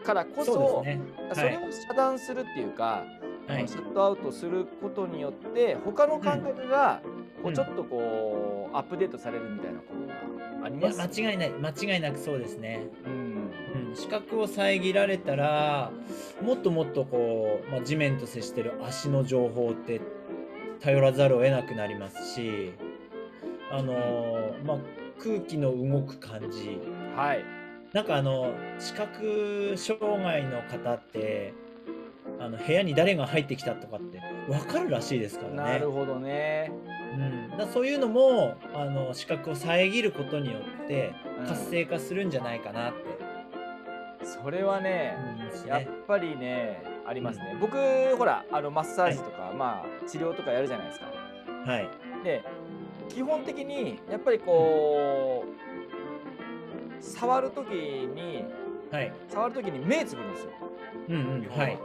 [SPEAKER 2] からこそ
[SPEAKER 1] そうですね
[SPEAKER 2] それを遮断するっていうか、あ
[SPEAKER 1] は
[SPEAKER 2] の
[SPEAKER 1] い
[SPEAKER 2] シャットアウトすることによって他の感覚がこ
[SPEAKER 1] う
[SPEAKER 2] うんちょっとこう、アップデートされるみたいなことがあり
[SPEAKER 1] い
[SPEAKER 2] ま
[SPEAKER 1] や
[SPEAKER 2] すね、
[SPEAKER 1] 間違いない間違いなくそうですね
[SPEAKER 2] うん
[SPEAKER 1] うん、視覚を遮られたらもっともっとこう、まあ、地面と接してる足の情報って頼らざるを得なくなりますしあのーまあ、空気の動く感じ
[SPEAKER 2] はい
[SPEAKER 1] なんかあの視覚障害の方ってあの部屋に誰が入ってきたとかって分かるらしいですからね。
[SPEAKER 2] なるほどね。
[SPEAKER 1] うん、だからそういうのもあの視覚を遮ることによって
[SPEAKER 2] うん
[SPEAKER 1] 活性化するんじゃないかなって
[SPEAKER 2] それはね、
[SPEAKER 1] 思いますね。
[SPEAKER 2] やっぱりねありますね、僕ほらあのマッサージとか、まあ治療とかやるじゃないですか
[SPEAKER 1] はい、
[SPEAKER 2] で基本的にやっぱりこう、触る時に
[SPEAKER 1] はい
[SPEAKER 2] 触る時に目つぶるんですよ
[SPEAKER 1] うんうん、はい。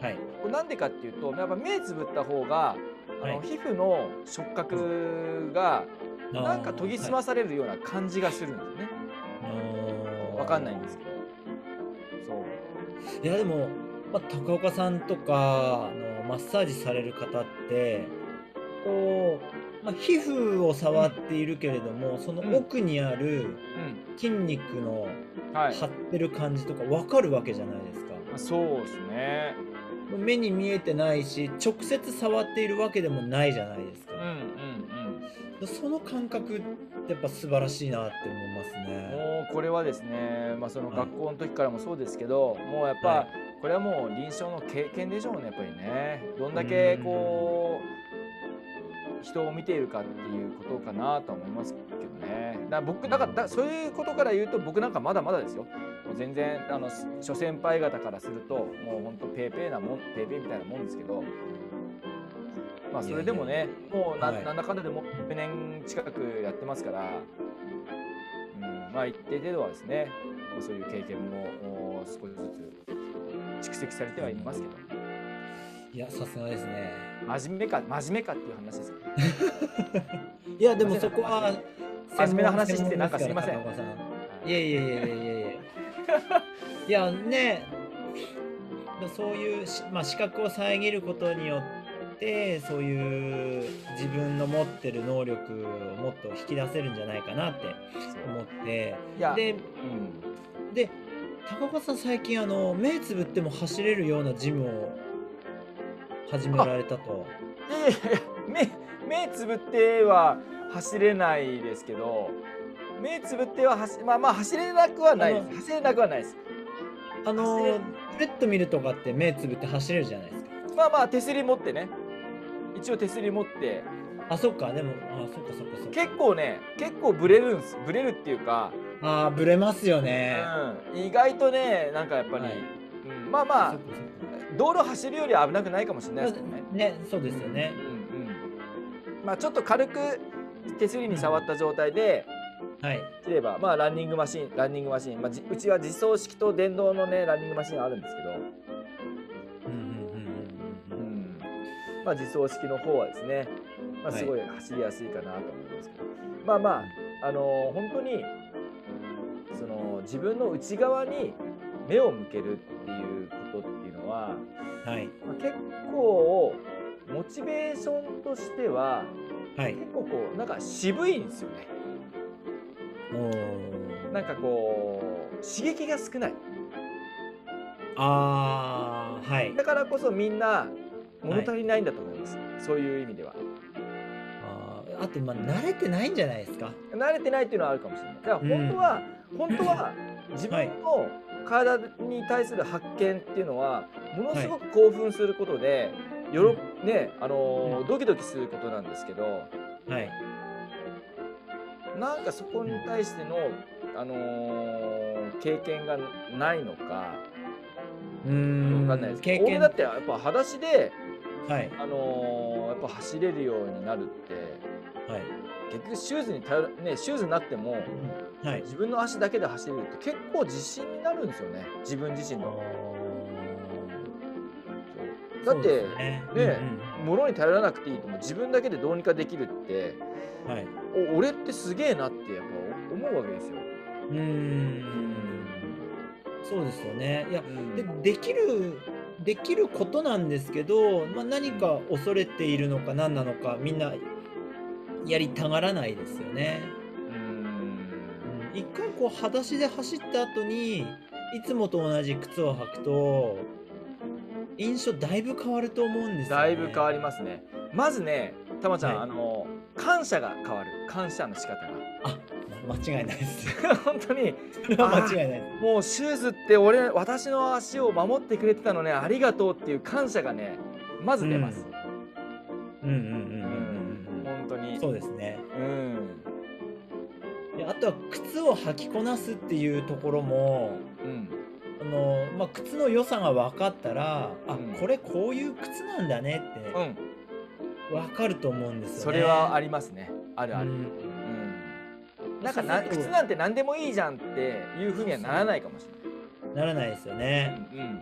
[SPEAKER 1] はい。
[SPEAKER 2] これなんでかっていうとやっぱ目つぶった方があの、
[SPEAKER 1] はい
[SPEAKER 2] 皮膚の触覚がなんか研ぎ澄ま
[SPEAKER 1] せ、
[SPEAKER 2] されるような感じがするんですね、
[SPEAKER 1] は
[SPEAKER 2] わかんないんですけどそう
[SPEAKER 1] いや、でも、まあ、高岡さんとか、あの、マッサージされる方って。こう、まあ、皮膚を触っているけれども、その奥にある筋肉の
[SPEAKER 2] うんはい、
[SPEAKER 1] 張ってる感じとか、わかるわけじゃないですか。
[SPEAKER 2] まあそうですね
[SPEAKER 1] 目に見えてないし、直接触っているわけでもないじゃないです
[SPEAKER 2] う
[SPEAKER 1] か。
[SPEAKER 2] んうんうん
[SPEAKER 1] その感覚ってやっぱ素晴らしいなって思いますね。
[SPEAKER 2] もうこれはですね、まあ、その
[SPEAKER 1] はい
[SPEAKER 2] 学校の時からもそうですけど、もうやっぱ、
[SPEAKER 1] はい
[SPEAKER 2] これはもう臨床の経験でしょうねやっぱりねどんだけこう人を見ているかっていうことかなとは思いますけどねだから僕だからだそういうことから言うと僕なんかまだまだですよもう全然あのす諸先輩方からするともうほんとペーペーなもんペーペーみたいなもんですけど。まあそれでも
[SPEAKER 1] いや
[SPEAKER 2] ね、もうな,、
[SPEAKER 1] はい
[SPEAKER 2] なんだかんだでも9年近くやってますから、うん、まあ一定程度はですねそういう経験ももう少しずつ蓄積されてはいますけど
[SPEAKER 1] いや、さすがですね。
[SPEAKER 2] 真面目か真面目かっていう話ですけど
[SPEAKER 1] いやでもそこは
[SPEAKER 2] 真面目な話してなんかすいません
[SPEAKER 1] 専門ですから片岡さんい
[SPEAKER 2] はい
[SPEAKER 1] やいやいやいやいやいや いやねそういうし、まあ、資格を遮ることによってそういう自分の持ってる能力をもっと引き出せるんじゃないかなって
[SPEAKER 2] そう
[SPEAKER 1] 思って
[SPEAKER 2] いや
[SPEAKER 1] で
[SPEAKER 2] うん、
[SPEAKER 1] で高岡さん最近あの目つぶっても走れるようなジムを始められたと
[SPEAKER 2] いやいやい や目目つぶっては走れないですけど目つぶっては走まあまあ走れなくはないで
[SPEAKER 1] あ
[SPEAKER 2] す
[SPEAKER 1] の
[SPEAKER 2] 走れなくはないです
[SPEAKER 1] あの
[SPEAKER 2] 走れ
[SPEAKER 1] ペット見るとかって目つぶって走れるじゃないですか
[SPEAKER 2] まあまあ手すり持ってね一応手すり持って
[SPEAKER 1] あ、そっか、でも、あ、そっかそっかそっか。
[SPEAKER 2] 結構ね結構ブレるんですブレるっていうか、
[SPEAKER 1] あー、ぶれますよね。
[SPEAKER 2] うん、意外とねなんかやっぱり、
[SPEAKER 1] はい
[SPEAKER 2] うんまあま
[SPEAKER 1] そ
[SPEAKER 2] あ
[SPEAKER 1] っか
[SPEAKER 2] 道路走るより危なくないかもしれない
[SPEAKER 1] そっか
[SPEAKER 2] ですけどね。
[SPEAKER 1] ね、そうですよね
[SPEAKER 2] うん。うんまあちょっと軽く手すりに触った状態で
[SPEAKER 1] はい。
[SPEAKER 2] 切ればまあランニングマシンランニングマシン、まあ、じうちは自走式と電動のねランニングマシンあるんです
[SPEAKER 1] うんうん
[SPEAKER 2] け
[SPEAKER 1] うんうん
[SPEAKER 2] ど、
[SPEAKER 1] うんうん。
[SPEAKER 2] まあ自走式の方はですね、まあ、
[SPEAKER 1] はい
[SPEAKER 2] すごい走りやすいかなと思いますけど、まあまああの本当にその自分の内側に目を向けるっていうことっていうのは、
[SPEAKER 1] はい
[SPEAKER 2] まあ結構モチベーションとしては
[SPEAKER 1] はい
[SPEAKER 2] 結構こうなんか渋いんですよね。
[SPEAKER 1] おー
[SPEAKER 2] なんかこう刺激が少ない。
[SPEAKER 1] あーはい
[SPEAKER 2] だからこそみんな物足りないんだと思います。そういう意味では。
[SPEAKER 1] あーあとまあ慣れてないんじゃないですか
[SPEAKER 2] 慣れてないっていうのはあるかもしれない。だから本当は、本当 は自分の体に対する発見っていうのはものすごく興奮することで、よろねあのー
[SPEAKER 1] うん
[SPEAKER 2] ドキドキすることなんですけど、
[SPEAKER 1] はい
[SPEAKER 2] なんかそこに対してのあのー経験がないのか。
[SPEAKER 1] うーん
[SPEAKER 2] わかんないですけ
[SPEAKER 1] 経
[SPEAKER 2] ど俺
[SPEAKER 1] 験
[SPEAKER 2] だってやっぱ裸足で、
[SPEAKER 1] はい
[SPEAKER 2] あのーやっぱ走れるようになるって
[SPEAKER 1] はい
[SPEAKER 2] 結局シューズに頼るねシューズになっても
[SPEAKER 1] はい
[SPEAKER 2] 自分の足だけで走れるって結構自信になるんですよね自分自身
[SPEAKER 1] あ
[SPEAKER 2] の。
[SPEAKER 1] ーそ
[SPEAKER 2] そうだっ
[SPEAKER 1] う
[SPEAKER 2] て
[SPEAKER 1] ですね
[SPEAKER 2] ね物に頼らなくていいとも自分だけでどうにかできるって
[SPEAKER 1] うんうんはい
[SPEAKER 2] お俺ってすげえなってやっぱ思うわけですよ。
[SPEAKER 1] うーんそうですよねいや
[SPEAKER 2] うん
[SPEAKER 1] でできるできることなんですけど、まあ、何か恐れているのか何なのかみんなやりたがらないですよね。う
[SPEAKER 2] うん
[SPEAKER 1] ん一回こう裸足で走った後にいつもと同じ靴を履くと印象だいぶ変わると思うんですよ、ね。
[SPEAKER 2] だいぶ変わりますね。まずねたまちゃん、
[SPEAKER 1] はい
[SPEAKER 2] あの感謝が変わる感謝の仕方 が
[SPEAKER 1] あ間違いないです。
[SPEAKER 2] 本当に
[SPEAKER 1] それは 間違いないで
[SPEAKER 2] もうシューズって俺私の足を守ってくれてたのねありがとうっていう感謝がねまず出ます。
[SPEAKER 1] す。うんうんうんうんうんうん
[SPEAKER 2] 本当
[SPEAKER 1] う
[SPEAKER 2] に
[SPEAKER 1] ん。そうですね。
[SPEAKER 2] うん
[SPEAKER 1] であとは靴を履きこなすっていうところも
[SPEAKER 2] うん
[SPEAKER 1] あの、まあ、靴の良さが分かったら、あ
[SPEAKER 2] うん
[SPEAKER 1] これこういう靴なんだね
[SPEAKER 2] う
[SPEAKER 1] っ
[SPEAKER 2] ん
[SPEAKER 1] て分かると思うんです
[SPEAKER 2] そ
[SPEAKER 1] よね。
[SPEAKER 2] れはありますねあるあ
[SPEAKER 1] う
[SPEAKER 2] る。
[SPEAKER 1] ん
[SPEAKER 2] うんなんかな
[SPEAKER 1] そうすると
[SPEAKER 2] 靴なんて何でもいいじゃんっていうふうにはならないかもし
[SPEAKER 1] ならないですよ
[SPEAKER 2] れな
[SPEAKER 1] ね。
[SPEAKER 2] い。うん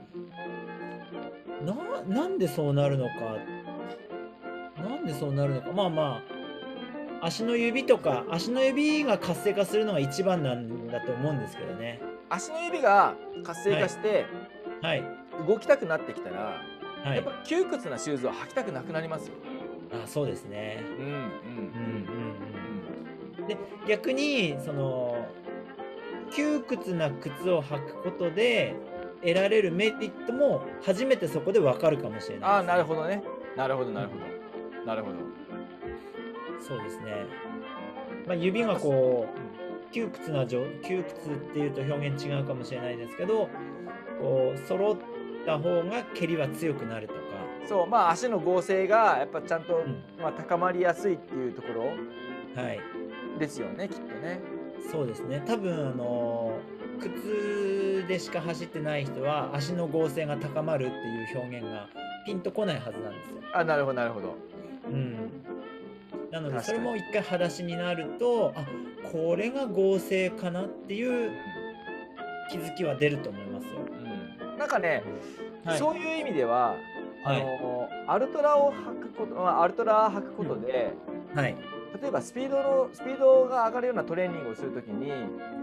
[SPEAKER 1] ななんでそうなるのかなんでそうなるのかまあまあ足の指とか足の指が活性化するのが一番なんだと思うんですけどね。
[SPEAKER 2] 足の指が活性化して
[SPEAKER 1] はい。
[SPEAKER 2] 動きたくなってきたら、
[SPEAKER 1] は
[SPEAKER 2] や
[SPEAKER 1] い
[SPEAKER 2] っぱ、窮屈なシューズを履きたくなくなりますよ。
[SPEAKER 1] あそうですね。
[SPEAKER 2] うんう
[SPEAKER 1] うん
[SPEAKER 2] ん
[SPEAKER 1] うんうん
[SPEAKER 2] うん
[SPEAKER 1] で逆にその窮屈な靴を履くことで得られるメリットも初めてそこで分かるかもしれないですね、
[SPEAKER 2] ああなるほどねなるほどなるほどなるほど。
[SPEAKER 1] そうですね、まあ、指がこう窮屈な状窮屈っていうと表現違うかもしれないですけどこう揃った方が蹴りは強くなるとか、
[SPEAKER 2] そうまあ足の剛性がやっぱちゃんと、
[SPEAKER 1] ん
[SPEAKER 2] まあ、高まりやすいっていうところ
[SPEAKER 1] はい
[SPEAKER 2] ですよねきっとね。
[SPEAKER 1] そうですね多分あの靴でしか走ってない人は足の剛性が高まるっていう表現がピンとこないはずなんですよ。
[SPEAKER 2] あなるほどなるほど。
[SPEAKER 1] うん、なの
[SPEAKER 2] 確か
[SPEAKER 1] で
[SPEAKER 2] に
[SPEAKER 1] それも一回裸足になるとあこれが合成かなっていう気づきは出ると思いますよ。
[SPEAKER 2] うんなんかね、
[SPEAKER 1] はい、
[SPEAKER 2] そういう意味では、
[SPEAKER 1] はい
[SPEAKER 2] あのアルトラを履くこと、まあアルトラを履くことで、
[SPEAKER 1] はい
[SPEAKER 2] 例えばスピードのスピードが上がるようなトレーニングをするときに、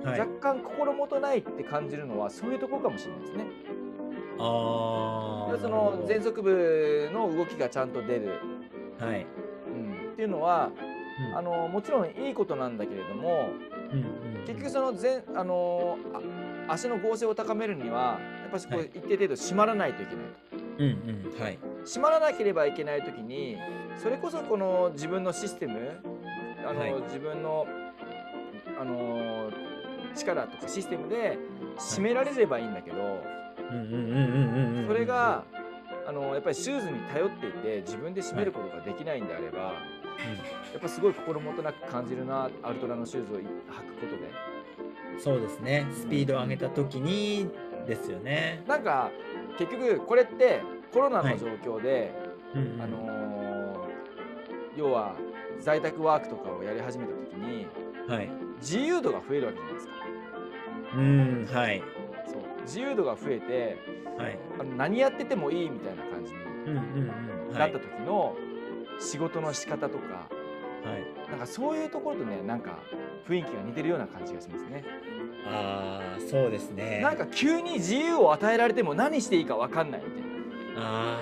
[SPEAKER 1] はい、
[SPEAKER 2] 若干心もとないって感じるのはそういうところかもしれないですね。
[SPEAKER 1] あー
[SPEAKER 2] そ
[SPEAKER 1] なるほ
[SPEAKER 2] の
[SPEAKER 1] ど
[SPEAKER 2] 全速部の動きがちゃんと出る、
[SPEAKER 1] はい、
[SPEAKER 2] うんっていうのは
[SPEAKER 1] うん
[SPEAKER 2] あのもちろんいいことなんだけれども
[SPEAKER 1] うんうんうん
[SPEAKER 2] 結局その全あのあ足の剛性を高めるにはやっぱしこう
[SPEAKER 1] はい
[SPEAKER 2] 一定程度締まらないといけない。
[SPEAKER 1] うんうんはい
[SPEAKER 2] 閉まらなければいけない時にそれこそこの自分のシステムあの、
[SPEAKER 1] はい
[SPEAKER 2] 自分のあの力とかシステムで締められればいいんだけど、
[SPEAKER 1] うんうんうんうんうんうんうん
[SPEAKER 2] それがあのやっぱりシューズに頼っていて自分で締めることができないんであれば、やっぱすごい心もとなく感じるなアルトラのシューズを履くことで。
[SPEAKER 1] うんそうですねスピードを上げた時にですよね。
[SPEAKER 2] なんか結局これってコロナ
[SPEAKER 1] は
[SPEAKER 2] の
[SPEAKER 1] い
[SPEAKER 2] 状況で、
[SPEAKER 1] うんうん
[SPEAKER 2] あのー要は在宅ワークとかをやり始めた時に
[SPEAKER 1] はい
[SPEAKER 2] 自由度が増えるわけじゃないですか。
[SPEAKER 1] うんはい
[SPEAKER 2] そう自由度が増えて
[SPEAKER 1] はい
[SPEAKER 2] あの何やっててもいいみたいな感じに
[SPEAKER 1] うんうんうん
[SPEAKER 2] な
[SPEAKER 1] は
[SPEAKER 2] っ
[SPEAKER 1] い
[SPEAKER 2] た時の仕事の仕方とか、
[SPEAKER 1] はい、
[SPEAKER 2] なんかそういうところとねなんか雰囲気が似てるような感じがしますね。
[SPEAKER 1] ああそうですね
[SPEAKER 2] なんか急に自由を与えられても何していいかわかんないみたいな。
[SPEAKER 1] あ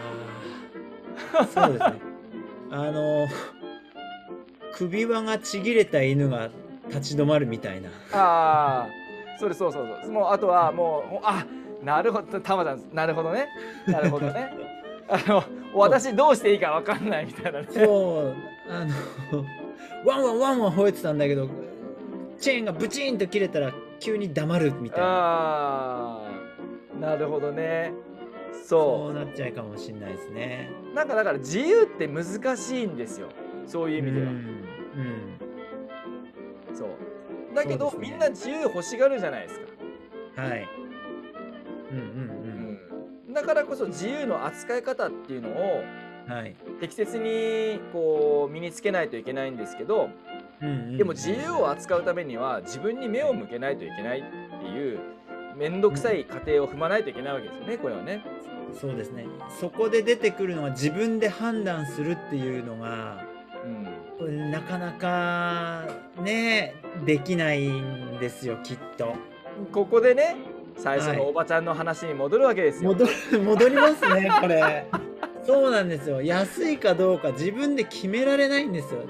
[SPEAKER 1] あそうですねあの首輪がちぎれた犬が立ち止まるみたいな
[SPEAKER 2] ああ、それそうそうそう。もうあとはもうほあ、なるほど、たまさん、なるほどね。なるほど ね。あの私どうしていいかわかんないみたいなね。
[SPEAKER 1] そうあのワンワンワンワン吠えてたんだけどチェーンがブチンと切れたら急に黙るみたいな
[SPEAKER 2] ああ、なるほどね。
[SPEAKER 1] そ
[SPEAKER 2] そう
[SPEAKER 1] なっちゃうかもしれないですね
[SPEAKER 2] う。なんかだから自由って難しいんですよ。そういうう意味では。
[SPEAKER 1] ん、
[SPEAKER 2] そう。だけど、
[SPEAKER 1] そうですね
[SPEAKER 2] みんな自由欲しがるじゃないですか。
[SPEAKER 1] うん、はいうんうん
[SPEAKER 2] だからこそ自由の扱い方っていうのを
[SPEAKER 1] うんはい、
[SPEAKER 2] 適切にこう身につけないといけないんですけど、
[SPEAKER 1] うんうんうん
[SPEAKER 2] でも自由を扱うためには自分に目を向けないといけないっていう面倒くさい過程を踏まないといけないわけですよねこれはね。
[SPEAKER 1] そうですねそこで出てくるのは自分で判断するっていうのが
[SPEAKER 2] うん、
[SPEAKER 1] うんなかなかねできないんですよきっと
[SPEAKER 2] ここでね最初
[SPEAKER 1] は
[SPEAKER 2] の
[SPEAKER 1] い
[SPEAKER 2] おばちゃんの話に戻るわけですよ。
[SPEAKER 1] 戻る戻ります ねこれそうなんですよ安いかどうか自分で決められないんですよ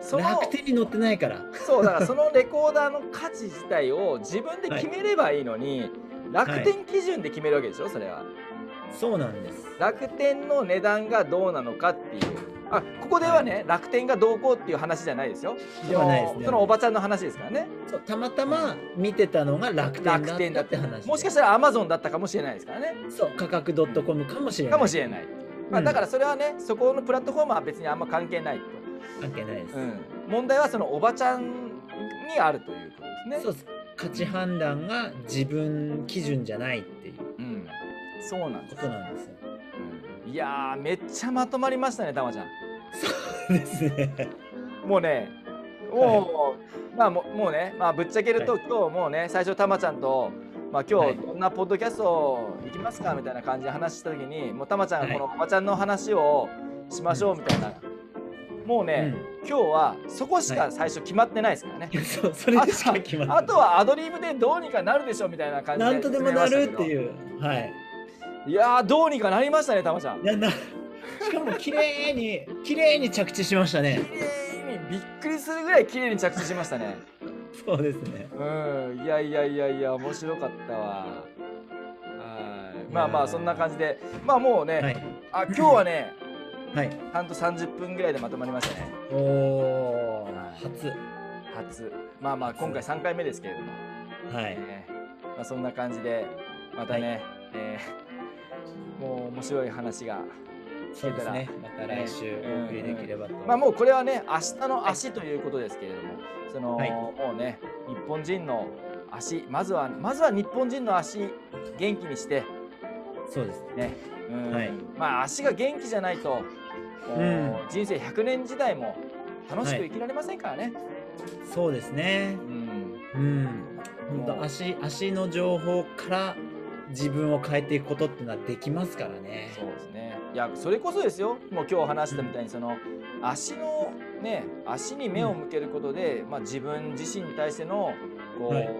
[SPEAKER 2] その
[SPEAKER 1] 楽天に乗ってないから
[SPEAKER 2] そうだからそのレコーダーの価値自体を自分で決めればいいのに、楽天基準で決めるわけでしょそれは。
[SPEAKER 1] そうなんです
[SPEAKER 2] 楽天の値段がどうなのかっていうあここではね、楽天がどうこうっていう話じゃないですよ。
[SPEAKER 1] ではないですね
[SPEAKER 2] そのおばちゃんの話ですからね。
[SPEAKER 1] そうたまたま見てたのが楽天だ
[SPEAKER 2] 楽天
[SPEAKER 1] った
[SPEAKER 2] だっ
[SPEAKER 1] って
[SPEAKER 2] て
[SPEAKER 1] 話
[SPEAKER 2] もしかしたらアマゾンだったかもしれないですからね。
[SPEAKER 1] らそう価格 .com かもしれない
[SPEAKER 2] かもしれない。まあ、
[SPEAKER 1] うん
[SPEAKER 2] だからそれはね、そこのプラットフォームは別にあんま関係ない
[SPEAKER 1] 関係ないです
[SPEAKER 2] と。、うん、問題はそのおばちゃんにあるということですね。
[SPEAKER 1] そうです価値判断が自分基準じゃないっていう
[SPEAKER 2] うん、そうなんで
[SPEAKER 1] こ
[SPEAKER 2] す
[SPEAKER 1] と。なんですよ
[SPEAKER 2] うんいやー、めっちゃまとまりましたね、たまちゃん。
[SPEAKER 1] そうですね
[SPEAKER 2] もうね、もう、まあもうもうね、まあ、ぶっちゃけると、
[SPEAKER 1] は
[SPEAKER 2] 今日もうね、最初たまちゃんと、まあ、
[SPEAKER 1] は
[SPEAKER 2] 今
[SPEAKER 1] い
[SPEAKER 2] 日どんなポッドキャスト行きますかみたいな感じで話した時に、もうたまちゃんがこのおばちゃんの話をしましょうみたいな。もうね、今日はそこしか最初決まってないですからね。
[SPEAKER 1] うん、そうそれでしか決まらない
[SPEAKER 2] あとはアドリブでどうにかなるでしょみたいな感じで。
[SPEAKER 1] なんとでもなるって
[SPEAKER 2] う。
[SPEAKER 1] いうはい
[SPEAKER 2] いやーどうにかなりましたねたまちゃん。
[SPEAKER 1] いやなしかも綺麗に綺麗に着地しましたね
[SPEAKER 2] 綺麗にびっくりするぐらい綺麗に着地しましたね。
[SPEAKER 1] そうですね
[SPEAKER 2] うんいやいやいやいや面白かったわ。はいまあまあそんな感じでまあもうね、
[SPEAKER 1] はい
[SPEAKER 2] あ今日はね
[SPEAKER 1] はい
[SPEAKER 2] ちゃんと30分ぐらいでまとまりましたね。
[SPEAKER 1] おお初
[SPEAKER 2] 初まあまあ今回3回目ですけれども。
[SPEAKER 1] はい
[SPEAKER 2] ねまあ、そんな感じでまたね、
[SPEAKER 1] は
[SPEAKER 2] えーもう面白い話が、
[SPEAKER 1] そうですねまた来週
[SPEAKER 2] うん
[SPEAKER 1] お送りできればと、
[SPEAKER 2] まあ、もうこれはね明日の足ということですけれども、その、
[SPEAKER 1] はい
[SPEAKER 2] もうね日本人の足まずはまずは日本人の足元気にして、
[SPEAKER 1] そうです
[SPEAKER 2] ねうん
[SPEAKER 1] はい
[SPEAKER 2] まあ足が元気じゃないと、もう人生100年時代も楽しく生きられませんからね。
[SPEAKER 1] そうですね
[SPEAKER 2] うん
[SPEAKER 1] うん本
[SPEAKER 2] も
[SPEAKER 1] 当
[SPEAKER 2] う
[SPEAKER 1] 足足の情報から自分を変えていくことってのはできますからね
[SPEAKER 2] そうですね。いやそれこそですよ。もう今日話したみたいにその足のね足に目を向けることで、まあ自分自身に対してのこう、
[SPEAKER 1] はい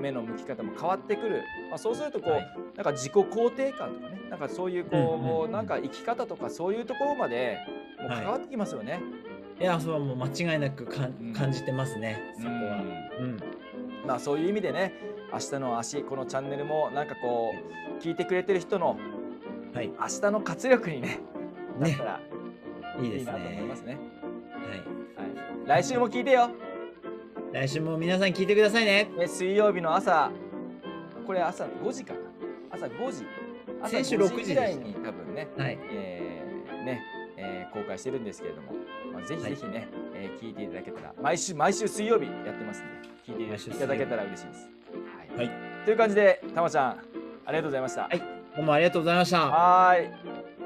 [SPEAKER 2] 目の向き方も変わってくる。まあそうするとこう、
[SPEAKER 1] はい
[SPEAKER 2] なんか自己肯定感とかね、なんかそういうこう、
[SPEAKER 1] うんうんうん
[SPEAKER 2] なんか生き方とかそういうところまでもう
[SPEAKER 1] はい
[SPEAKER 2] 関わってきますよね。
[SPEAKER 1] いやそれはもう間違いなくかん
[SPEAKER 2] うん
[SPEAKER 1] 感じてますねそこはうん
[SPEAKER 2] まあそういう意味でね明日の足このチャンネルもなんかこう聞いてくれてる人の
[SPEAKER 1] はい
[SPEAKER 2] 明日の活力にねなっ
[SPEAKER 1] ね
[SPEAKER 2] たら
[SPEAKER 1] いいで
[SPEAKER 2] いい
[SPEAKER 1] す
[SPEAKER 2] なと思い
[SPEAKER 1] ね
[SPEAKER 2] ますね。
[SPEAKER 1] はい
[SPEAKER 2] 来週も聞いてよ、
[SPEAKER 1] 来週も皆さん聞いてくださいね
[SPEAKER 2] ね、水曜日の朝これ朝5時かな朝5時朝
[SPEAKER 1] 先週
[SPEAKER 2] 5
[SPEAKER 1] 6時でした
[SPEAKER 2] ぐらいに多分ね,、
[SPEAKER 1] はい
[SPEAKER 2] えーねえー公開してるんですけれども、まあ、ぜひぜひね、えー聞いていただけたら毎週毎週水曜日やってますんで聞い
[SPEAKER 1] 毎週
[SPEAKER 2] て
[SPEAKER 1] 水曜
[SPEAKER 2] い
[SPEAKER 1] 日
[SPEAKER 2] ただけたら嬉しいです。はい
[SPEAKER 1] は
[SPEAKER 2] という感じでたまちゃんありがとうございました。
[SPEAKER 1] いどうもありがとうございました
[SPEAKER 2] はーい